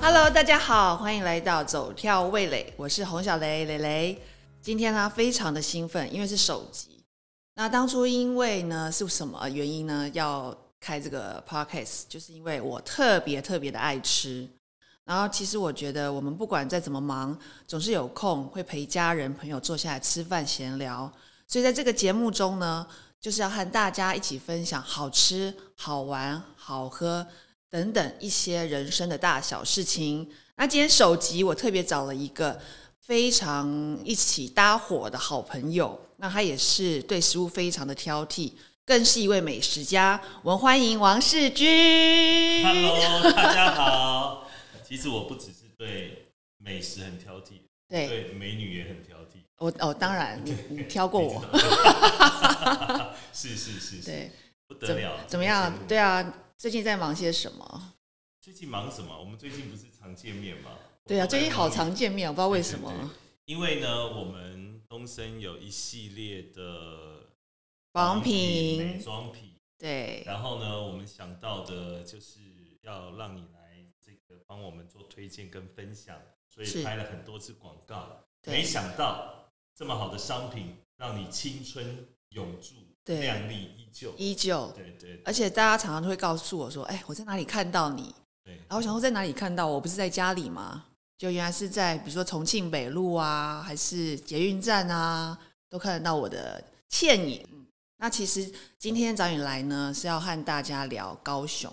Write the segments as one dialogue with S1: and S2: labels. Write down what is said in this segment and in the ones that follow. S1: Hello，大家好，欢迎来到走跳味蕾，我是洪小雷蕾蕾。今天呢、非常的兴奋，因为是首集。那当初因为呢是什么呃原因呢？要开这个 podcast，就是因为我特别特别的爱吃。然后其实我觉得，我们不管再怎么忙，总是有空会陪家人朋友坐下来吃饭闲聊。所以在这个节目中呢，就是要和大家一起分享好吃、好玩、好喝等等一些人生的大小事情。那今天首集我特别找了一个非常一起搭伙的好朋友，那他也是对食物非常的挑剔，更是一位美食家。我们欢迎王世军。
S2: Hello，大家好。其实我不只是对美食很挑剔，
S1: 对
S2: 对美女也很挑剔。
S1: 我哦，当然你你挑过我，
S2: 你知道 是是是是，
S1: 对，
S2: 不得
S1: 怎
S2: 了。
S1: 怎么样
S2: 这个节？目
S1: 对啊，最近在忙些什么？
S2: 最近忙什么？我们最近不是常见面吗？
S1: 对啊，
S2: 我都在
S1: 最近好
S2: 忙
S1: 常见面，我不知道为什
S2: 对对
S1: 么
S2: 对因为呢，我们东升有一系列的
S1: 保养
S2: 美
S1: 品，
S2: 妆品，
S1: 对
S2: 然后呢，我们想到的就是要让你来这个帮我们做推荐跟分享，所
S1: 是
S2: 以拍了很多支广告。没
S1: 对
S2: 想到这么好的商品，让你青春永驻，
S1: 对
S2: 靓丽依旧。
S1: 依旧，
S2: 对对
S1: 而且大家常常都会告诉我说，哎，我在哪里看到你？
S2: 对，
S1: 然后我想说在哪里看到我？不是在家里吗？就原来是在比如说重庆北路啊，还是捷运站啊，都看得到我的倩影。嗯那其实今天找你来呢，是要和大家聊高雄，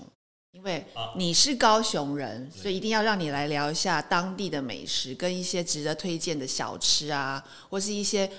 S1: 因为
S2: 啊
S1: 你是高雄人，
S2: 对
S1: 所以一定要让你来聊一下当地的美食跟一些值得推荐的小吃啊，或是一些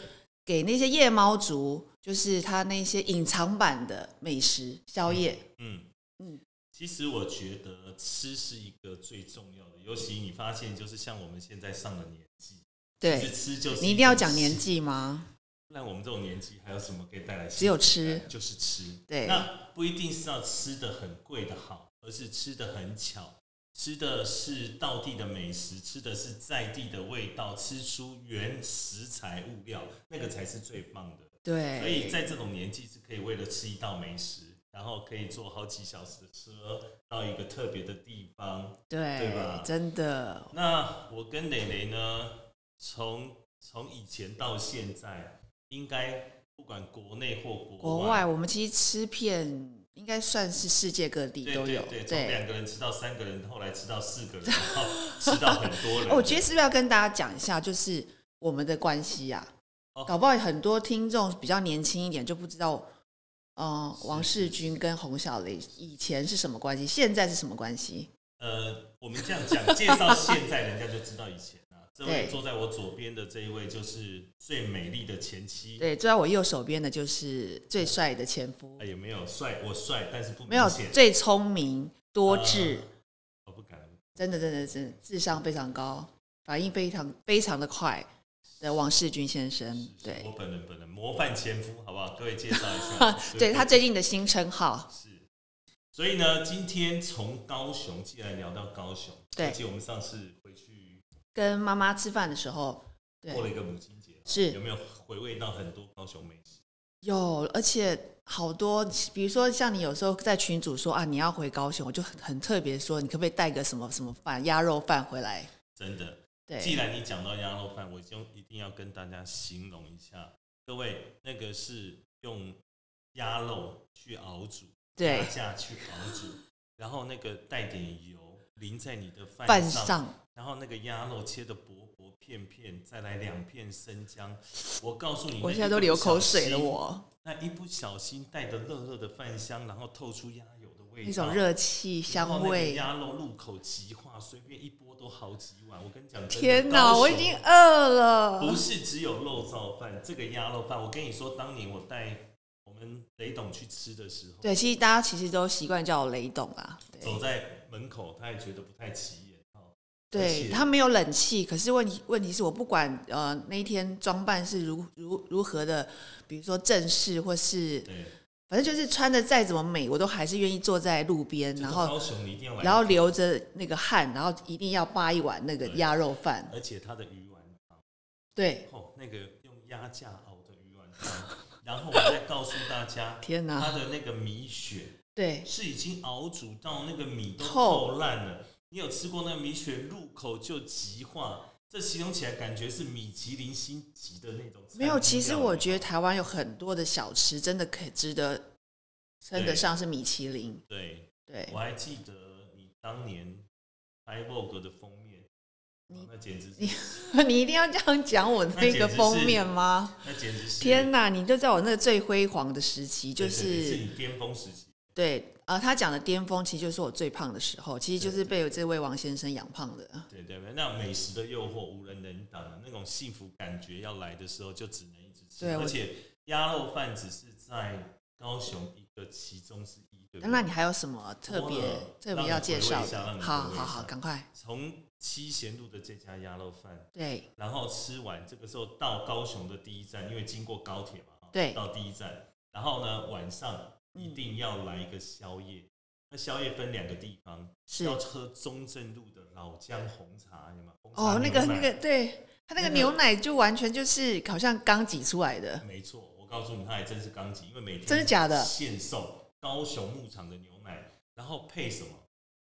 S1: 给那些夜猫族，就是他那些隐藏版的美食宵夜。
S2: 嗯
S1: 嗯
S2: 嗯，其实我觉得吃是一个最重要的，尤其你发现就是像我们现在上了年纪，其
S1: 对
S2: 实吃就是
S1: 你一定要讲
S2: 种
S1: 年
S2: 习，
S1: 纪吗？
S2: 不然我们这种年纪还有什么可以带来幸福？
S1: 只有吃
S2: 哎就是吃。
S1: 对
S2: 那不一定是要吃的很贵的好，而是吃的很巧，吃的是道地的美食，吃的是在地的味道，吃出原食材物料，那个才是最棒的。
S1: 对，
S2: 所以在这种年纪是可以为了吃一道美食，然后可以坐好几小时的车到一个特别的地方。
S1: 对，
S2: 对吧
S1: 真的，
S2: 那我跟蕾蕾呢，从从以前到现在，应该不管国内或国
S1: 国外我们其实吃遍应该算是世界各地
S2: 对
S1: 都有。
S2: 对对，从两个人吃到三个人，后来吃到四个人，然后吃到很多人。
S1: 哦 我觉得是不是要跟大家讲一下，就是我们的关系呀、
S2: 哦
S1: 搞不好很多听众比较年轻一点就不知道，嗯、
S2: 是
S1: 王世军跟洪小雷以前是什么关系，现在是什么关系？
S2: 呃，我们这样讲，介绍现在，人家就知道以前 啊。这
S1: 对
S2: 位坐在我左边的这一位就是最美丽的前妻，
S1: 对，坐在我右手边的就是最帅的前夫
S2: 哎，，也没有帅，我帅，但是不
S1: 没有
S2: 明显，
S1: 最聪明多智。
S2: 呃我不敢。
S1: 真的真的真的智商非常高，反应非常非常的快的王世军先生，对，
S2: 我本人本人模范前夫，好不好？各位介绍一下
S1: 对，他最近的新称号，
S2: 是。所以呢，今天从高雄，既然聊到高雄，
S1: 对
S2: 而且我们上次回去
S1: 跟妈妈吃饭的时候，对
S2: 过了一个母亲节，
S1: 是
S2: 有没有回味到很多高雄美食？
S1: 有，而且好多，比如说像你有时候在群组说啊你要回高雄，我就很很特别说你可不可以带个什么什么饭鸭肉饭回来？
S2: 真的，
S1: 对，
S2: 既然你讲到鸭肉饭，我就一定要跟大家形容一下，各位，那个是用鸭肉去熬煮，
S1: 对
S2: 鸭架去熬 煮，然后那个带点油淋在你的饭
S1: 饭
S2: 上，
S1: 上
S2: 然后那个鸭肉切的薄薄片片，再来两片生姜，我告诉你，
S1: 我
S2: 那
S1: 现在
S2: 一
S1: 都
S2: 不
S1: 流口
S2: 小
S1: 水了
S2: 心
S1: 我，
S2: 那一不小心带着热热的饭香，然后透出鸭油的味道，
S1: 那种热气
S2: 然
S1: 香
S2: 后那个
S1: 味，
S2: 鸭肉入口即化，随便一波都好几碗。我跟你讲，真的
S1: 天
S2: 高
S1: 哪，
S2: 雄
S1: 我已经饿
S2: 不
S1: 了。
S2: 是只有肉燥饭，这个鸭肉饭，我跟你说，当年我带我们雷董去吃的时候，
S1: 对，其实大家其实都习惯叫我雷董啦，对。
S2: 走在门口，他也觉得不太起眼哦。而
S1: 对，
S2: 且
S1: 它没有冷气，可是问题问题是我不管呃那一天装扮是如如如何的，比如说正式或是
S2: 对，
S1: 反正就是穿的再怎么美，我都还是愿意坐在路边，
S2: 这
S1: 然
S2: 个
S1: 后
S2: 高雄你一定要来，
S1: 然后流着那个汗，然后一定要扒一碗那个
S2: 对
S1: 鸭肉饭。
S2: 而且他的鱼丸汤，
S1: 对，
S2: 哦，那个用鸭架熬的鱼丸 汤，然后我再告诉大家，
S1: 天哪
S2: 它的那个米血
S1: 对
S2: 是已经熬煮到那个米都
S1: 透
S2: 透烂了，你有吃过那个米犬入口就极化？这形容起来感觉是米其林星级的那种。
S1: 没有，其实我觉得台湾有很多的小吃，真的可以值得称得上是米其林。
S2: 得，对，
S1: 对，
S2: 我还记得你当年拍 Vogue 的封面，哦
S1: 你
S2: 那简直是
S1: 你 你一定要这样讲我那个封面吗？
S2: 那简直是
S1: 天哪，你就在我那个最辉煌的时期，就
S2: 对对对是
S1: 是
S2: 你巅峰时期。
S1: 对，呃，他讲的巅峰其实就是我最胖的时候，其实就是被这位王先生养胖的。
S2: 对对对，那美食的诱惑无人能挡啊，那种幸福感觉要来的时候，就只能一直吃。
S1: 对我
S2: 而且鸭肉饭只是在高雄一个其中之一，对不对？
S1: 那你还有什么特别
S2: 多了
S1: 特别要介绍
S2: 让
S1: 的？
S2: 你回味一下让你
S1: 好
S2: 回味一
S1: 好
S2: 下
S1: 好，赶快。
S2: 从七贤路的这家鸭肉饭，
S1: 对
S2: 然后吃完，这个时候到高雄的第一站，因为经过高铁嘛，
S1: 对
S2: 到第一站，然后呢晚上一定要来一个宵夜。那宵夜分两个地方，
S1: 是
S2: 要喝中正路的老姜红茶，你们
S1: 哦，那个那个，对他那个
S2: 那个
S1: 牛奶就完全就是好像刚挤出来的。
S2: 没错，我告诉你，它还真是刚级，因为每天
S1: 真的假的
S2: 现售高雄牧场的牛奶，然后配什么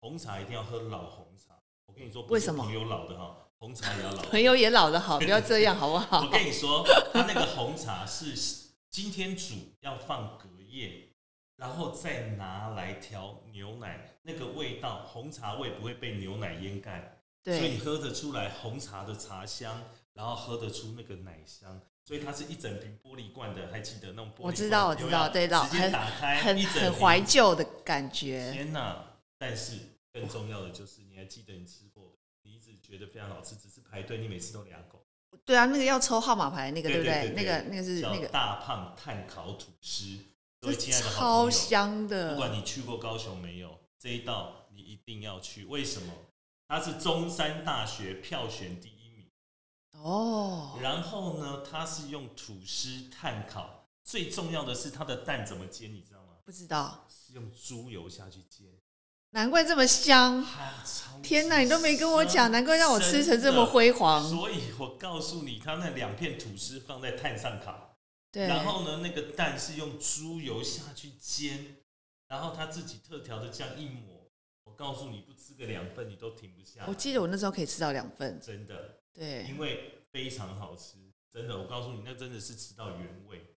S2: 红茶，一定要喝老红茶。我跟你说，不是
S1: 为什么
S2: 朋友老的哈，红茶也要老。
S1: 朋友也老得好，不要这样好不
S2: 我
S1: 好？
S2: 跟你说，它那个红茶是 今天煮，要放隔夜，然后再拿来调牛奶，那个味道，红茶味不会被牛奶掩盖。所以
S1: 对
S2: 你喝得出来红茶的茶香，然后喝得出那个奶香，所以它是一整瓶玻璃罐的，还记得那种玻璃罐
S1: 我知道我知道
S2: 有没有
S1: 对老
S2: 直接打开
S1: 很
S2: 一整
S1: 很
S2: 瓶
S1: 怀旧的感觉。
S2: 天哪！但是更重要的就是，你还记得你吃过的，你一直觉得非常好吃，只是排队你每次都俩狗，
S1: 对啊，那个要抽号码牌那个，
S2: 对
S1: 不对？
S2: 对对
S1: 那
S2: 对
S1: 个那个是
S2: 叫
S1: 那个，
S2: 大胖炭烤吐司。各
S1: 这
S2: 位亲爱的好
S1: 超
S2: 朋友，
S1: 香
S2: 不
S1: 的。
S2: 管你去过高雄没有，这一道你一定要去。为什么？它是中山大学票选第一名。
S1: 哦，
S2: 然后呢，它是用吐司炭烤，最重要的是它的蛋怎么煎，你知道吗？
S1: 不知道，
S2: 是用猪油下去煎。
S1: 难怪这么香。
S2: 啊、超级
S1: 天哪，你都没跟我讲，
S2: 香
S1: 难怪让我吃成这么。
S2: 真
S1: 辉
S2: 的
S1: 煌。
S2: 所以我告诉你，它那两片吐司放在炭上烤，
S1: 对，
S2: 然后呢，那个蛋是用猪油下去煎，然后它自己特调的酱一抹。我告诉你，不吃个两份你都停不下来。
S1: 我记得我那时候可以吃到两份。
S2: 真的，
S1: 对，
S2: 因为非常好吃，真的，我告诉你，那真的是吃到原味。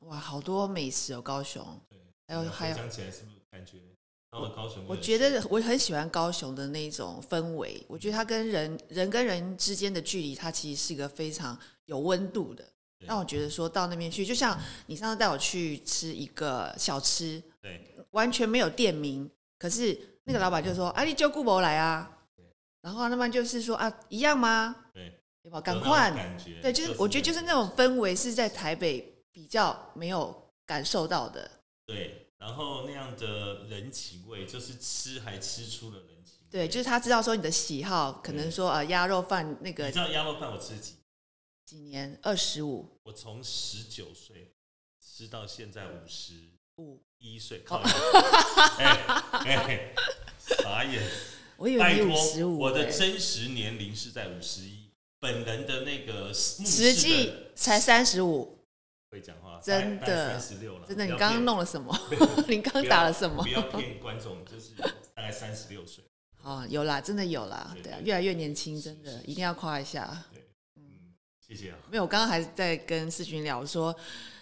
S1: 哇，好多美食哦，高雄。
S2: 对，啊
S1: 还有
S2: 那
S1: 还
S2: 回
S1: 有
S2: 想起来是不是感觉哦到了高雄？
S1: 我觉得我很喜欢高雄的那种氛围，我觉得它跟人人跟人之间的距离，它其实是一个非常有温度的，
S2: 对
S1: 让我觉得说到那边去，就像你上次带我去吃一个小吃，
S2: 对，
S1: 完全没有店名，可是那个老板就说：“啊，你就顾博来啊
S2: 嗯对。”
S1: 然后那么就是说啊，一样吗？
S2: 对，
S1: 对吧？
S2: 有
S1: 赶
S2: 那种
S1: 快，
S2: 感觉
S1: 对，就是我觉得就是那种氛围是在台北比较没有感受到的，
S2: 对，然后那样的人情味，就是吃还吃出了人情味。
S1: 对，就是他知道说你的喜好，可能说啊鸭肉饭那个
S2: 嗯你知道鸭肉饭我吃几？
S1: 几年，二十五
S2: 我从十九岁吃到现在五十
S1: 五，
S2: 一岁， 靠腰！哎哎，傻眼！
S1: 我以为
S2: 拜
S1: 你
S2: 托
S1: 五十，五，欸哎
S2: 我的真实年龄是在五十一，本人的那个目
S1: 实
S2: 视
S1: 际
S2: 的
S1: 才三十五，
S2: 会讲话，
S1: 真的
S2: 三十六了，
S1: 真的，
S2: 不
S1: 你
S2: 要
S1: 刚
S2: 骗
S1: 刚
S2: 我
S1: 弄了什么？ 你刚
S2: 不要
S1: 打了什么
S2: 不？要骗观众，就是大概三十六岁。
S1: 啊，有啦，真的有啦，
S2: 对
S1: 对啊，
S2: 对
S1: 越来越年轻，真
S2: 是
S1: 的
S2: 是
S1: 一定要夸一下。
S2: 嗯，谢谢啊。
S1: 没有，我刚刚还在跟世群聊说，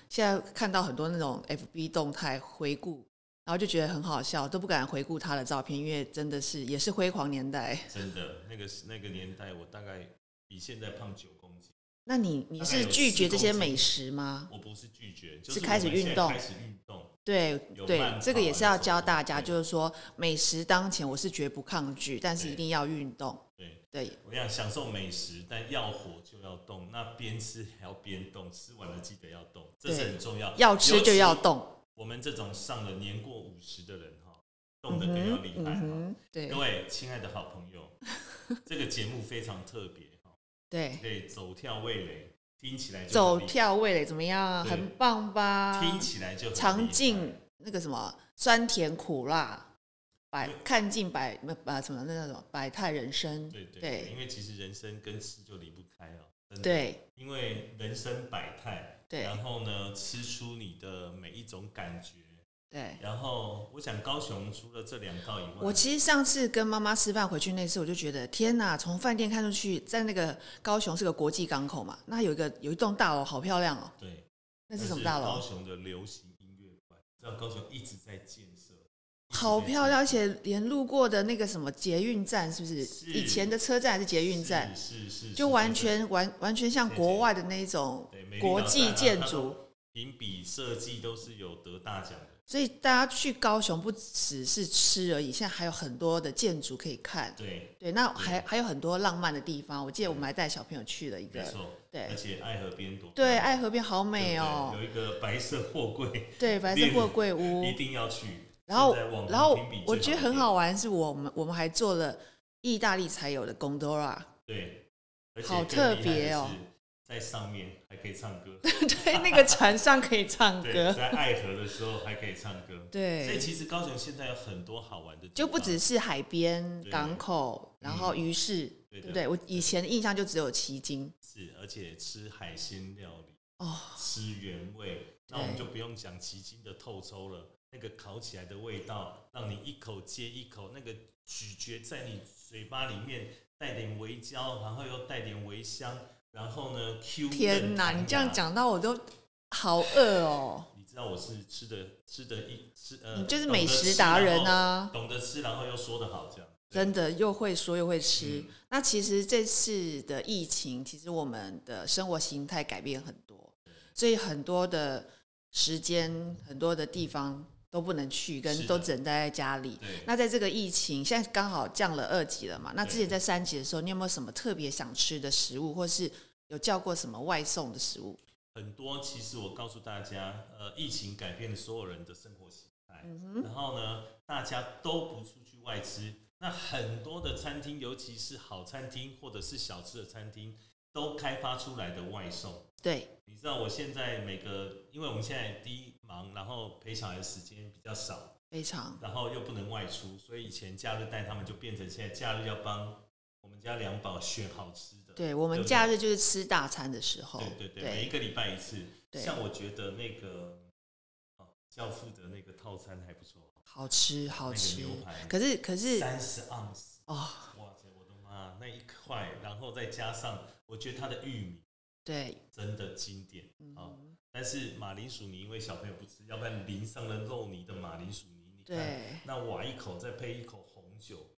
S1: 现在看到很多那种 FB 动态回顾，然后就觉得很好笑，都不敢回顾他的照片，因为真的是也是辉煌年代。
S2: 真的，那个是那个年代，我大概比现在胖九公斤。
S1: 那你你
S2: 大概
S1: 是
S2: 有
S1: 拒
S2: 四
S1: 绝这些
S2: 公斤
S1: 美食吗？
S2: 我不是拒绝，就是是
S1: 开始
S2: 我们现在
S1: 运动
S2: 开始运动。
S1: 对
S2: 有慢
S1: 对，
S2: 跑啊
S1: 这个也是要教大家，
S2: 还是什
S1: 就是说美食当前我是绝不抗拒，但是一定要运动。
S2: 对，
S1: 对，
S2: 我想享受美食，但要活就要动。那边吃还要边动，吃完了记得要动，这是
S1: 对
S2: 很重要。
S1: 要吃就要
S2: 尤其
S1: 动。
S2: 我们这种上了年过五十的人哈，动得更要厉害哈。
S1: 嗯哼，对
S2: 各位亲爱的好朋友， 这个节目非常特别哈，
S1: 对，
S2: 对，走跳味蕾，听起来就
S1: 走
S2: 很厉害
S1: 跳味蕾怎么样？
S2: 对
S1: 很棒吧？
S2: 听起来就很厉
S1: 尝
S2: 害
S1: 尽那个什么酸甜苦辣，百
S2: 对
S1: 看尽百啊什么那种百态人生。
S2: 对对
S1: 对
S2: 对，因为其实人生跟吃就离不开哦，真的，
S1: 对
S2: 因为人生百态，
S1: 对
S2: 然后呢，吃出你的每一种感觉，
S1: 对。
S2: 然后我想高雄除了这两道以外，
S1: 我其实上次跟妈妈吃饭回去那次，我就觉得天哪！从饭店看出去，在那个高雄是个国际港口嘛，那有一个有一栋大楼，好漂亮哦。
S2: 对，
S1: 那是什么大
S2: 高
S1: 楼？
S2: 雄的流行音乐馆，知道高雄一直在建设，一直在
S1: 好漂亮，而
S2: 建设
S1: 且连路过的那个什么捷运站，是不是
S2: 是
S1: 以前的车站还是捷运站，
S2: 是是是，
S1: 就是完
S2: 这个
S1: 全完完全像国外的那一种
S2: 对美丽
S1: 国
S2: 岛啊
S1: 际
S2: 大道
S1: 建
S2: 它都
S1: 筑。
S2: 评比设计都是有得大奖的。
S1: 所以大家去高雄不只是吃而已，现在还有很多的建筑可以看。
S2: 对，
S1: 对，那还还有很多浪漫的地方。我记得我们还带小朋友去了一
S2: 没
S1: 个，
S2: 错，
S1: 对
S2: 而且爱河边多
S1: 对，爱河边好
S2: 对不对
S1: 美哦、
S2: 有一个白色货柜，
S1: 对，白色货柜屋
S2: 一。定要去。
S1: 然后
S2: 现在网，红
S1: 然后
S2: 评比最
S1: 我觉得很好
S2: 的
S1: 玩，是我们我们还做了意大利才有的 Gondola，
S2: 店，对，而且
S1: 好
S2: 更厉害
S1: 特别
S2: 的
S1: 哦
S2: 是在上面还可以唱歌，
S1: 对，那个船上可以唱
S2: 对，
S1: 歌，
S2: 在爱河的时候还可以唱歌。所以
S1: 啊对，
S2: 其实高雄现在有很多好玩的地方，
S1: 就不只是海边、
S2: 对嗯
S1: 港口，然后鱼市，对
S2: 对的
S1: 不对？我以前的印象就只有旗津
S2: 是，而且吃海鲜料理，
S1: 哦，
S2: 吃原味，那我们
S1: 对
S2: 就不用讲奇经的透抽了，那个烤起来的味道，让你一口接一口，那个咀嚼在你嘴巴里面带点微焦，然后又带点微香，然后呢 Q
S1: 天
S2: 哪，
S1: 哪，你这样，讲到我都好饿哦！
S2: 你知道我是吃的吃的一吃呃，
S1: 你就是
S2: 懂得
S1: 美食
S2: 吃
S1: 达人，
S2: 然
S1: 啊，
S2: 后懂得吃，然后又说的好这样，对嗯
S1: 真的又会说又会吃。那其实这次的疫情，其实我们的生活形态改变很多，所以很多的时间、很多的地方都不能去，
S2: 是
S1: 跟
S2: 的
S1: 都只能待在家里。
S2: 对。
S1: 那在这个疫情，现在刚好降了二级了嘛？那之
S2: 对
S1: 前在三级的时候，你有没有什么特别想吃的食物，或是有叫过什么外送的食物？
S2: 很多其实我告诉大家，呃，疫情改变了所有人的生活形态，
S1: 嗯
S2: 然后呢，大家都不出去外吃，那很多的餐厅，尤其是好餐厅或者是小吃的餐厅，都开发出来的外送。
S1: 对，
S2: 你知道我现在每个，因为我们现在第一忙，然后陪小孩的时间比较少，
S1: 非常
S2: 然后又不能外出，所以以前假日带他们就变成现在假日要帮我们家两宝选好吃的。
S1: 对。我们
S2: 对不对
S1: 假日就是吃大餐的时候，
S2: 对对对，每一个礼拜一次。
S1: 哦对
S2: 像我觉得那个哦，教父的那个套餐还不错，
S1: 好吃好吃
S2: 那个牛排。
S1: 可是可是
S2: 三十盎司，
S1: 哦，
S2: 哇塞，我的妈，那一块，然后再加上我觉得它的玉米
S1: 对，
S2: 真的经典
S1: 嗯
S2: 啊、哦但是马铃薯泥因为小朋友不吃，要不然淋上了肉泥的马铃薯泥，你看
S1: 对，
S2: 那挖一口再配一口红酒，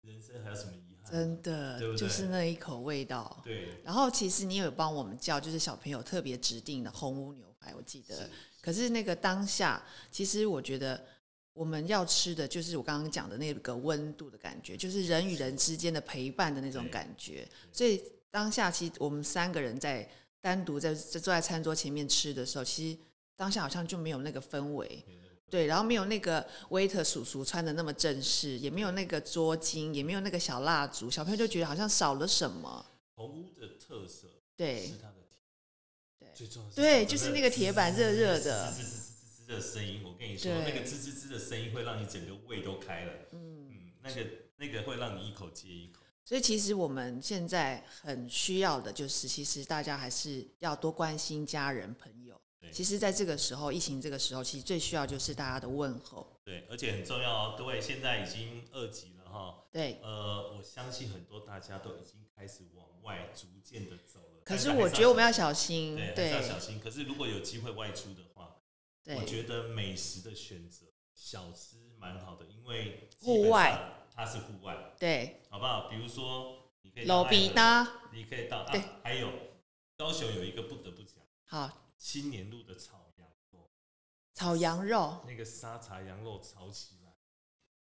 S2: 人生还有什么遗憾？
S1: 真的
S2: 对不对
S1: 就是那一口味道。
S2: 对，
S1: 然后其实你有帮我们叫，就是小朋友特别指定的红屋牛排，我记得
S2: 是。
S1: 可是那个当下，其实我觉得我们要吃的就是我刚刚讲的那个温度的感觉，就是人与人之间的陪伴的那种
S2: 对
S1: 感觉。所以当下其实我们三个人在单独在在坐在餐桌前面吃的时候，其实当下好像就没有那个氛围。对，然后没有那个 waiter 叔叔穿的那么正式，也没有那个桌巾，也没有那个小蜡烛，小朋友就觉得好像少了什么。
S2: 红屋的特色
S1: 对
S2: 是，它的铁，
S1: 对
S2: 最重要的
S1: 对
S2: 它的
S1: 就是那个铁板热热的
S2: 吱吱吱吱吱吱吱的声音。我跟你说，
S1: 对
S2: 那个吱吱吱的声音会让你整个胃都开了，嗯，那个那个会让你一口接一口，
S1: 所以其实我们现在很需要的就是，其实大家还是要多关心家人朋友
S2: 对。
S1: 其实，在这个时候，疫情这个时候，其实最需要就是大家的问候。
S2: 对，而且很重要哦，各位，现在已经二级了哈，
S1: 对，
S2: 呃，我相信很多大家都已经开始往外逐渐的走了，
S1: 可
S2: 但
S1: 是
S2: 还
S1: 我
S2: 要
S1: 觉得我们要
S2: 小
S1: 小心
S2: 心，对，。还是要
S1: 对
S2: 小心。可是如果有机会外出的话，我
S1: 对
S2: 觉得美食的选择小吃蛮好的，因为基
S1: 户
S2: 本
S1: 外
S2: 上它是户外，
S1: 对，
S2: 好不好？比如说，你可以到
S1: 老
S2: 爱
S1: 比
S2: 河
S1: 呢？
S2: 你可以到
S1: 对
S2: 啊，还有高雄有一个不得不讲，
S1: 好，
S2: 青年路的炒羊肉，
S1: 炒羊肉，
S2: 那个沙茶羊肉炒起来，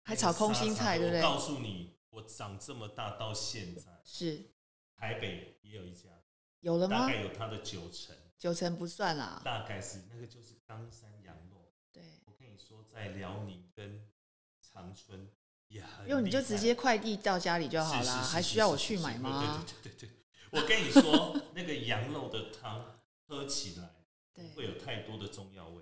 S1: 还炒空心菜，
S2: 那
S1: 对
S2: 个
S1: 不对
S2: 沙茶我？告诉你，我长这么大到现在，
S1: 是
S2: 台北也有一家，
S1: 有了
S2: 大
S1: 吗？
S2: 概有它的九成，
S1: 九成不算啦。
S2: 大概是那个就是冈山羊肉。
S1: 对，
S2: 我跟你说，在辽宁跟长春也很，
S1: 因为你就直接快递到家里就好
S2: 是是
S1: 啦，
S2: 是
S1: 还
S2: 是
S1: 需要
S2: 是
S1: 我
S2: 是
S1: 去
S2: 是
S1: 买吗？
S2: 对对对对对，我跟你说，那个羊肉的汤喝起来
S1: 对
S2: 不会有太多的中药味，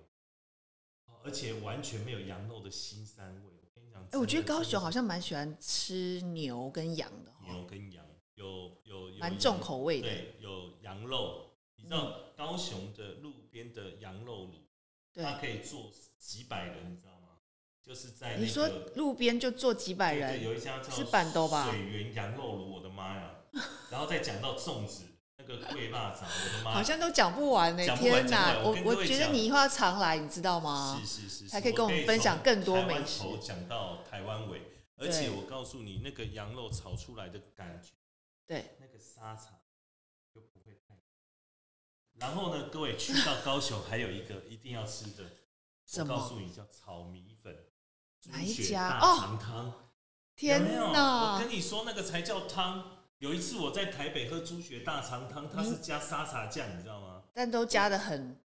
S2: 哦而且完全没有羊肉的腥膻味。我跟你讲，
S1: 哎，我觉得
S2: 真的
S1: 高
S2: 是
S1: 雄好像蛮喜欢吃牛跟羊的哦，
S2: 牛跟羊有有有
S1: 蛮
S2: 羊
S1: 重口味的。
S2: 对，有羊肉。你知道高雄的路边的羊肉卤
S1: 对
S2: 它可以坐几百人，你知道吗？就是在
S1: 你
S2: 那
S1: 说
S2: 个
S1: 路边就坐几百
S2: 对对
S1: 人，
S2: 有一家叫
S1: 是板豆吧
S2: 水源羊肉炉，我的妈 呀！然后再讲到粽子，那个桂辣肠，我的妈呀！
S1: 好像都讲不完呢、
S2: 讲不完
S1: 天
S2: 讲不完我
S1: 我
S2: 跟各
S1: 我
S2: 位
S1: 觉得
S2: 讲
S1: 你以后要常来，你知道吗？
S2: 是是是，
S1: 才
S2: 是
S1: 可以跟我们分享更多
S2: 从
S1: 美
S2: 台湾
S1: 食
S2: 头讲到台湾尾，而
S1: 对
S2: 且我告诉你，那个羊肉炒出来的感觉，
S1: 对，
S2: 那个沙茶就不会太。然后呢，各位去到高雄还有一个一定要吃的，
S1: 什
S2: 我告诉
S1: 么？
S2: 你叫炒米粉，
S1: 哪一
S2: 猪血
S1: 家
S2: 大
S1: 哦
S2: 肠汤，
S1: 天
S2: 有没有我
S1: 哪
S2: 跟！你说，那个才叫汤。有一次我在台北喝猪血大肠汤，它是加沙茶酱，你知道吗？
S1: 但都加的很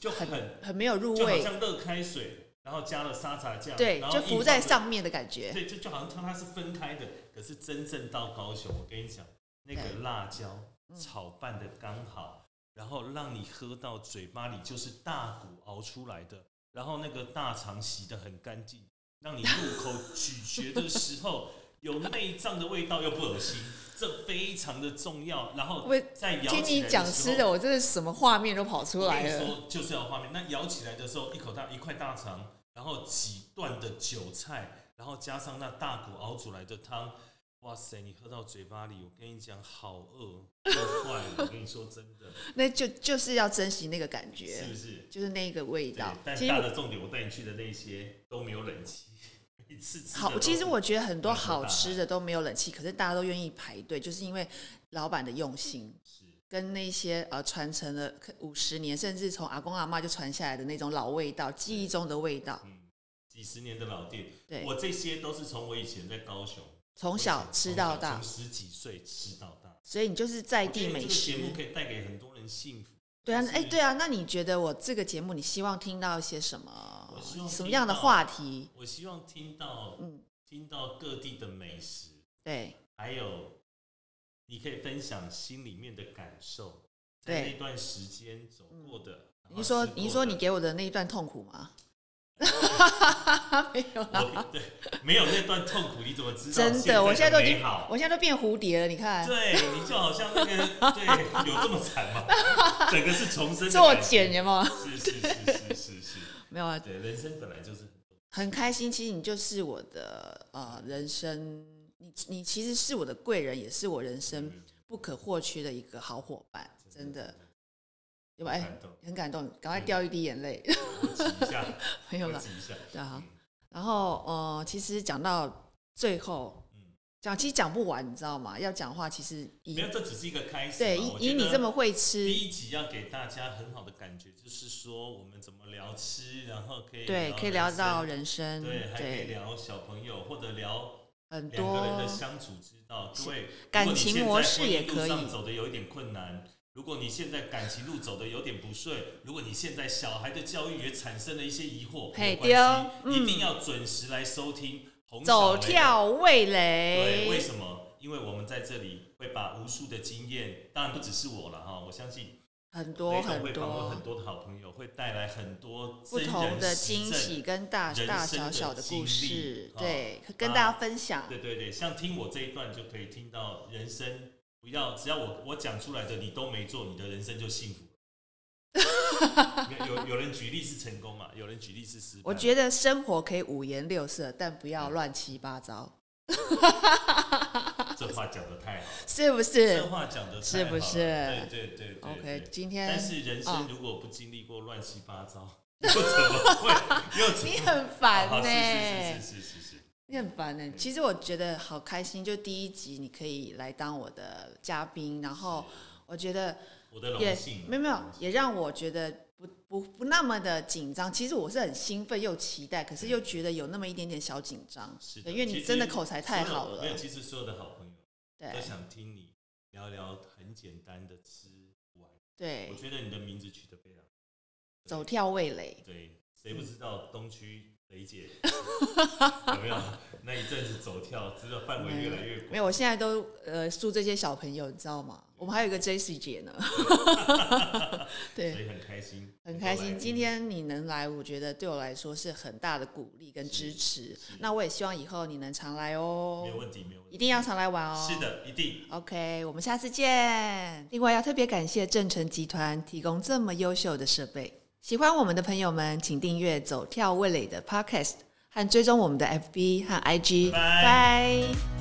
S2: 就
S1: 很
S2: 很
S1: 很没有入
S2: 就好
S1: 味，
S2: 像热开水，然后加了沙茶酱，
S1: 对，
S2: 然后
S1: 就
S2: 硬
S1: 浮在
S2: 放着
S1: 上面的感觉。
S2: 对，就就好像它它是分开的，可是真正到高雄，我跟你讲，那个
S1: 对
S2: 辣椒
S1: 嗯
S2: 炒拌的刚好，然后让你喝到嘴巴里就是大骨熬出来的，然后那个大肠洗得很干净，让你入口咀嚼的时 候有内脏的味道又不恶心，这非常的重要。然后
S1: 喂
S2: 再咬
S1: 听
S2: 起
S1: 你
S2: 来
S1: 讲
S2: 的时
S1: 吃
S2: 候
S1: 的，我真的什么画面都跑出
S2: 我
S1: 来
S2: 跟你
S1: 了。
S2: 说，就是要画面。那咬起来的时候，一口大一块大肠，然后几段的韭菜，然后加上那大骨熬煮来的汤，哇塞！你喝到嘴巴里，我跟你讲，好饿，饿坏了。我跟你说真 的，
S1: 那就就是要珍惜那个感觉
S2: 是，不是？
S1: 就是那个味
S2: 对
S1: 道。其
S2: 但
S1: 实
S2: 大
S1: 我
S2: 的重点，我带你去的那些都没有冷气，每次吃的
S1: 好，
S2: 都
S1: 其实我觉得很多
S2: 大头
S1: 好
S2: 大
S1: 吃的都没有冷气，可是大家都愿意排队，就是因为老板的用心。
S2: 是
S1: 跟那些呃传承了五十年，甚至从阿公阿妈就传下来的那种老味道，记忆中的味道，
S2: 嗯几十年的老店，
S1: 对，
S2: 我这些都是从我以前在高雄
S1: 从小吃到大
S2: 从，十几岁吃到大。
S1: 所以你就是在
S2: 我觉
S1: 地
S2: 得
S1: 美
S2: 这个节
S1: 食
S2: 目。可以带给很多人幸福。
S1: 对啊
S2: 就，是
S1: 哎，对啊，那你觉得我这个节目，你希望听到一些什么
S2: 我希望
S1: 什么
S2: 听
S1: 样的
S2: 到
S1: 话题？
S2: 我希望听到，
S1: 嗯
S2: 听到各地的美食，
S1: 对，
S2: 还有你可以分享心里面的感受，
S1: 对嗯
S2: 在那段时间走过的。然后
S1: 你说
S2: 吃过
S1: 你说
S2: 啊的
S1: 你给我的那一段痛苦 吗？没有啦，
S2: 我对没有那段痛苦，你怎么知道
S1: 啊真的，我现在
S2: 现
S1: 都已
S2: 美
S1: 经
S2: 好？
S1: 我现在都变蝴蝶了，你看，
S2: 对你就好像那个 对有这么惨吗？整个是重生的
S1: 作
S2: 感觉
S1: 茧，有吗？
S2: 是是是是是是，
S1: 没有啊，
S2: 对人生本来就是很多
S1: 很开心，其实你就是我的呃人生，你你其实是我的贵人，也是我人生
S2: 嗯
S1: 不可或缺的一个好伙伴，真的，对吧？哎、
S2: 感动，
S1: 很感动，赶快掉一滴眼泪，
S2: 我挤一下，
S1: 没有
S2: 嗯我
S1: 了。
S2: 挤一下，
S1: 对啊
S2: 嗯，
S1: 然后呃，其实讲到最后
S2: 嗯，
S1: 讲其实讲不完，你知道吗？要讲话其实
S2: 没
S1: 以
S2: 有，这只是一个开始嘛。
S1: 对
S2: 我
S1: 以
S2: 觉
S1: 以你
S2: 得
S1: 这么会
S2: 第
S1: 吃，
S2: 一集要给大家很好的感觉，就是说我们怎么聊吃，然后可以
S1: 对，可以聊到人生，
S2: 生啊对，还可
S1: 对，
S2: 以聊小朋友或者聊
S1: 很
S2: 两个人
S1: 多
S2: 的相处之道。各位，
S1: 感情模式也
S2: 如果
S1: 可
S2: 你现在婚姻路上
S1: 以，
S2: 走的有一点困难。如果你现在感情路走的有点不顺，如果你现在小孩的教育也产生了一些疑惑，
S1: 嘿
S2: 没有关系
S1: 对哦
S2: 一定
S1: 嗯
S2: 要准时来收听红
S1: 走
S2: 小雷
S1: 跳味
S2: 啊对，为
S1: 蕾，
S2: 什么？因为我们在这里会把无数的经验，当然不只是我了哈，我相信
S1: 很多
S2: 雷总
S1: 很
S2: 会访问
S1: 多
S2: 很。多的好朋友，会带来很多
S1: 不
S2: 真人
S1: 同的
S2: 实
S1: 惊
S2: 证
S1: 喜跟大
S2: 人
S1: 大
S2: 生
S1: 小
S2: 的
S1: 小的
S2: 经
S1: 故
S2: 历
S1: 事，
S2: 啊
S1: 对，跟大家分享。
S2: 对对对，像听我这一段就可以听到人生，不要只要我我讲出来的你都没做，你的人生就幸福 了。有有有人举例是成功嘛？有人举例是失败。
S1: 我觉得生活可以五颜六色，但不
S2: 嗯
S1: 要乱七八糟，
S2: 得这话讲的太好，了，
S1: 是不
S2: 这
S1: 是
S2: 话讲的
S1: 是不是
S2: 对对对对对
S1: ？OK，今
S2: 但
S1: 天
S2: 是人
S1: 啊
S2: 生如果不经历过乱七八糟， 又怎么会？又 怎
S1: 你
S2: 么
S1: 很烦
S2: 好
S1: 呢、
S2: 是是是是是是是，
S1: 你很烦呢、其实我觉得好开心，就第一集你可以来当我的嘉宾，然后我觉得
S2: 我的
S1: 哦也
S2: 荣幸。啊
S1: 没有没有，也让我觉得不不不那么的紧张。其实我是很兴奋又期待，可是又觉得有那么一点点小紧张。
S2: 是的
S1: 对，因为
S2: 其
S1: 你
S2: 实
S1: 真的口才太
S2: 所有
S1: 好
S2: 没有，
S1: 了。
S2: 其实所有的好朋友
S1: 对
S2: 都想听你聊聊很简单的吃玩。
S1: 对
S2: 我，觉得你的名字取得非常
S1: 走跳味蕾，
S2: 对，谁不知道东区雷 姐有没有？那一阵子走跳，知道范围越来越
S1: 没
S2: 广。
S1: 有，我现在都呃输这些小朋友，你知道吗？我们还有一个 J C 姐 呢。
S2: 所
S1: 对，
S2: 以很开心，
S1: 很开
S2: 能够
S1: 心，
S2: 来
S1: 今天你能来，我觉得对我来说是很大的鼓励跟支持。那我也希望以后你能常来哦
S2: 没有，问题，没有问
S1: 一
S2: 题。
S1: 定要常来玩哦。
S2: 是的，一定。
S1: OK，我们下次见。另外要特别感谢正成集团提供这么优秀的设备。喜欢我们的朋友们，请订阅“走跳味蕾”的 Podcast 和追踪我们的 FB 和 IG。
S2: 拜
S1: 拜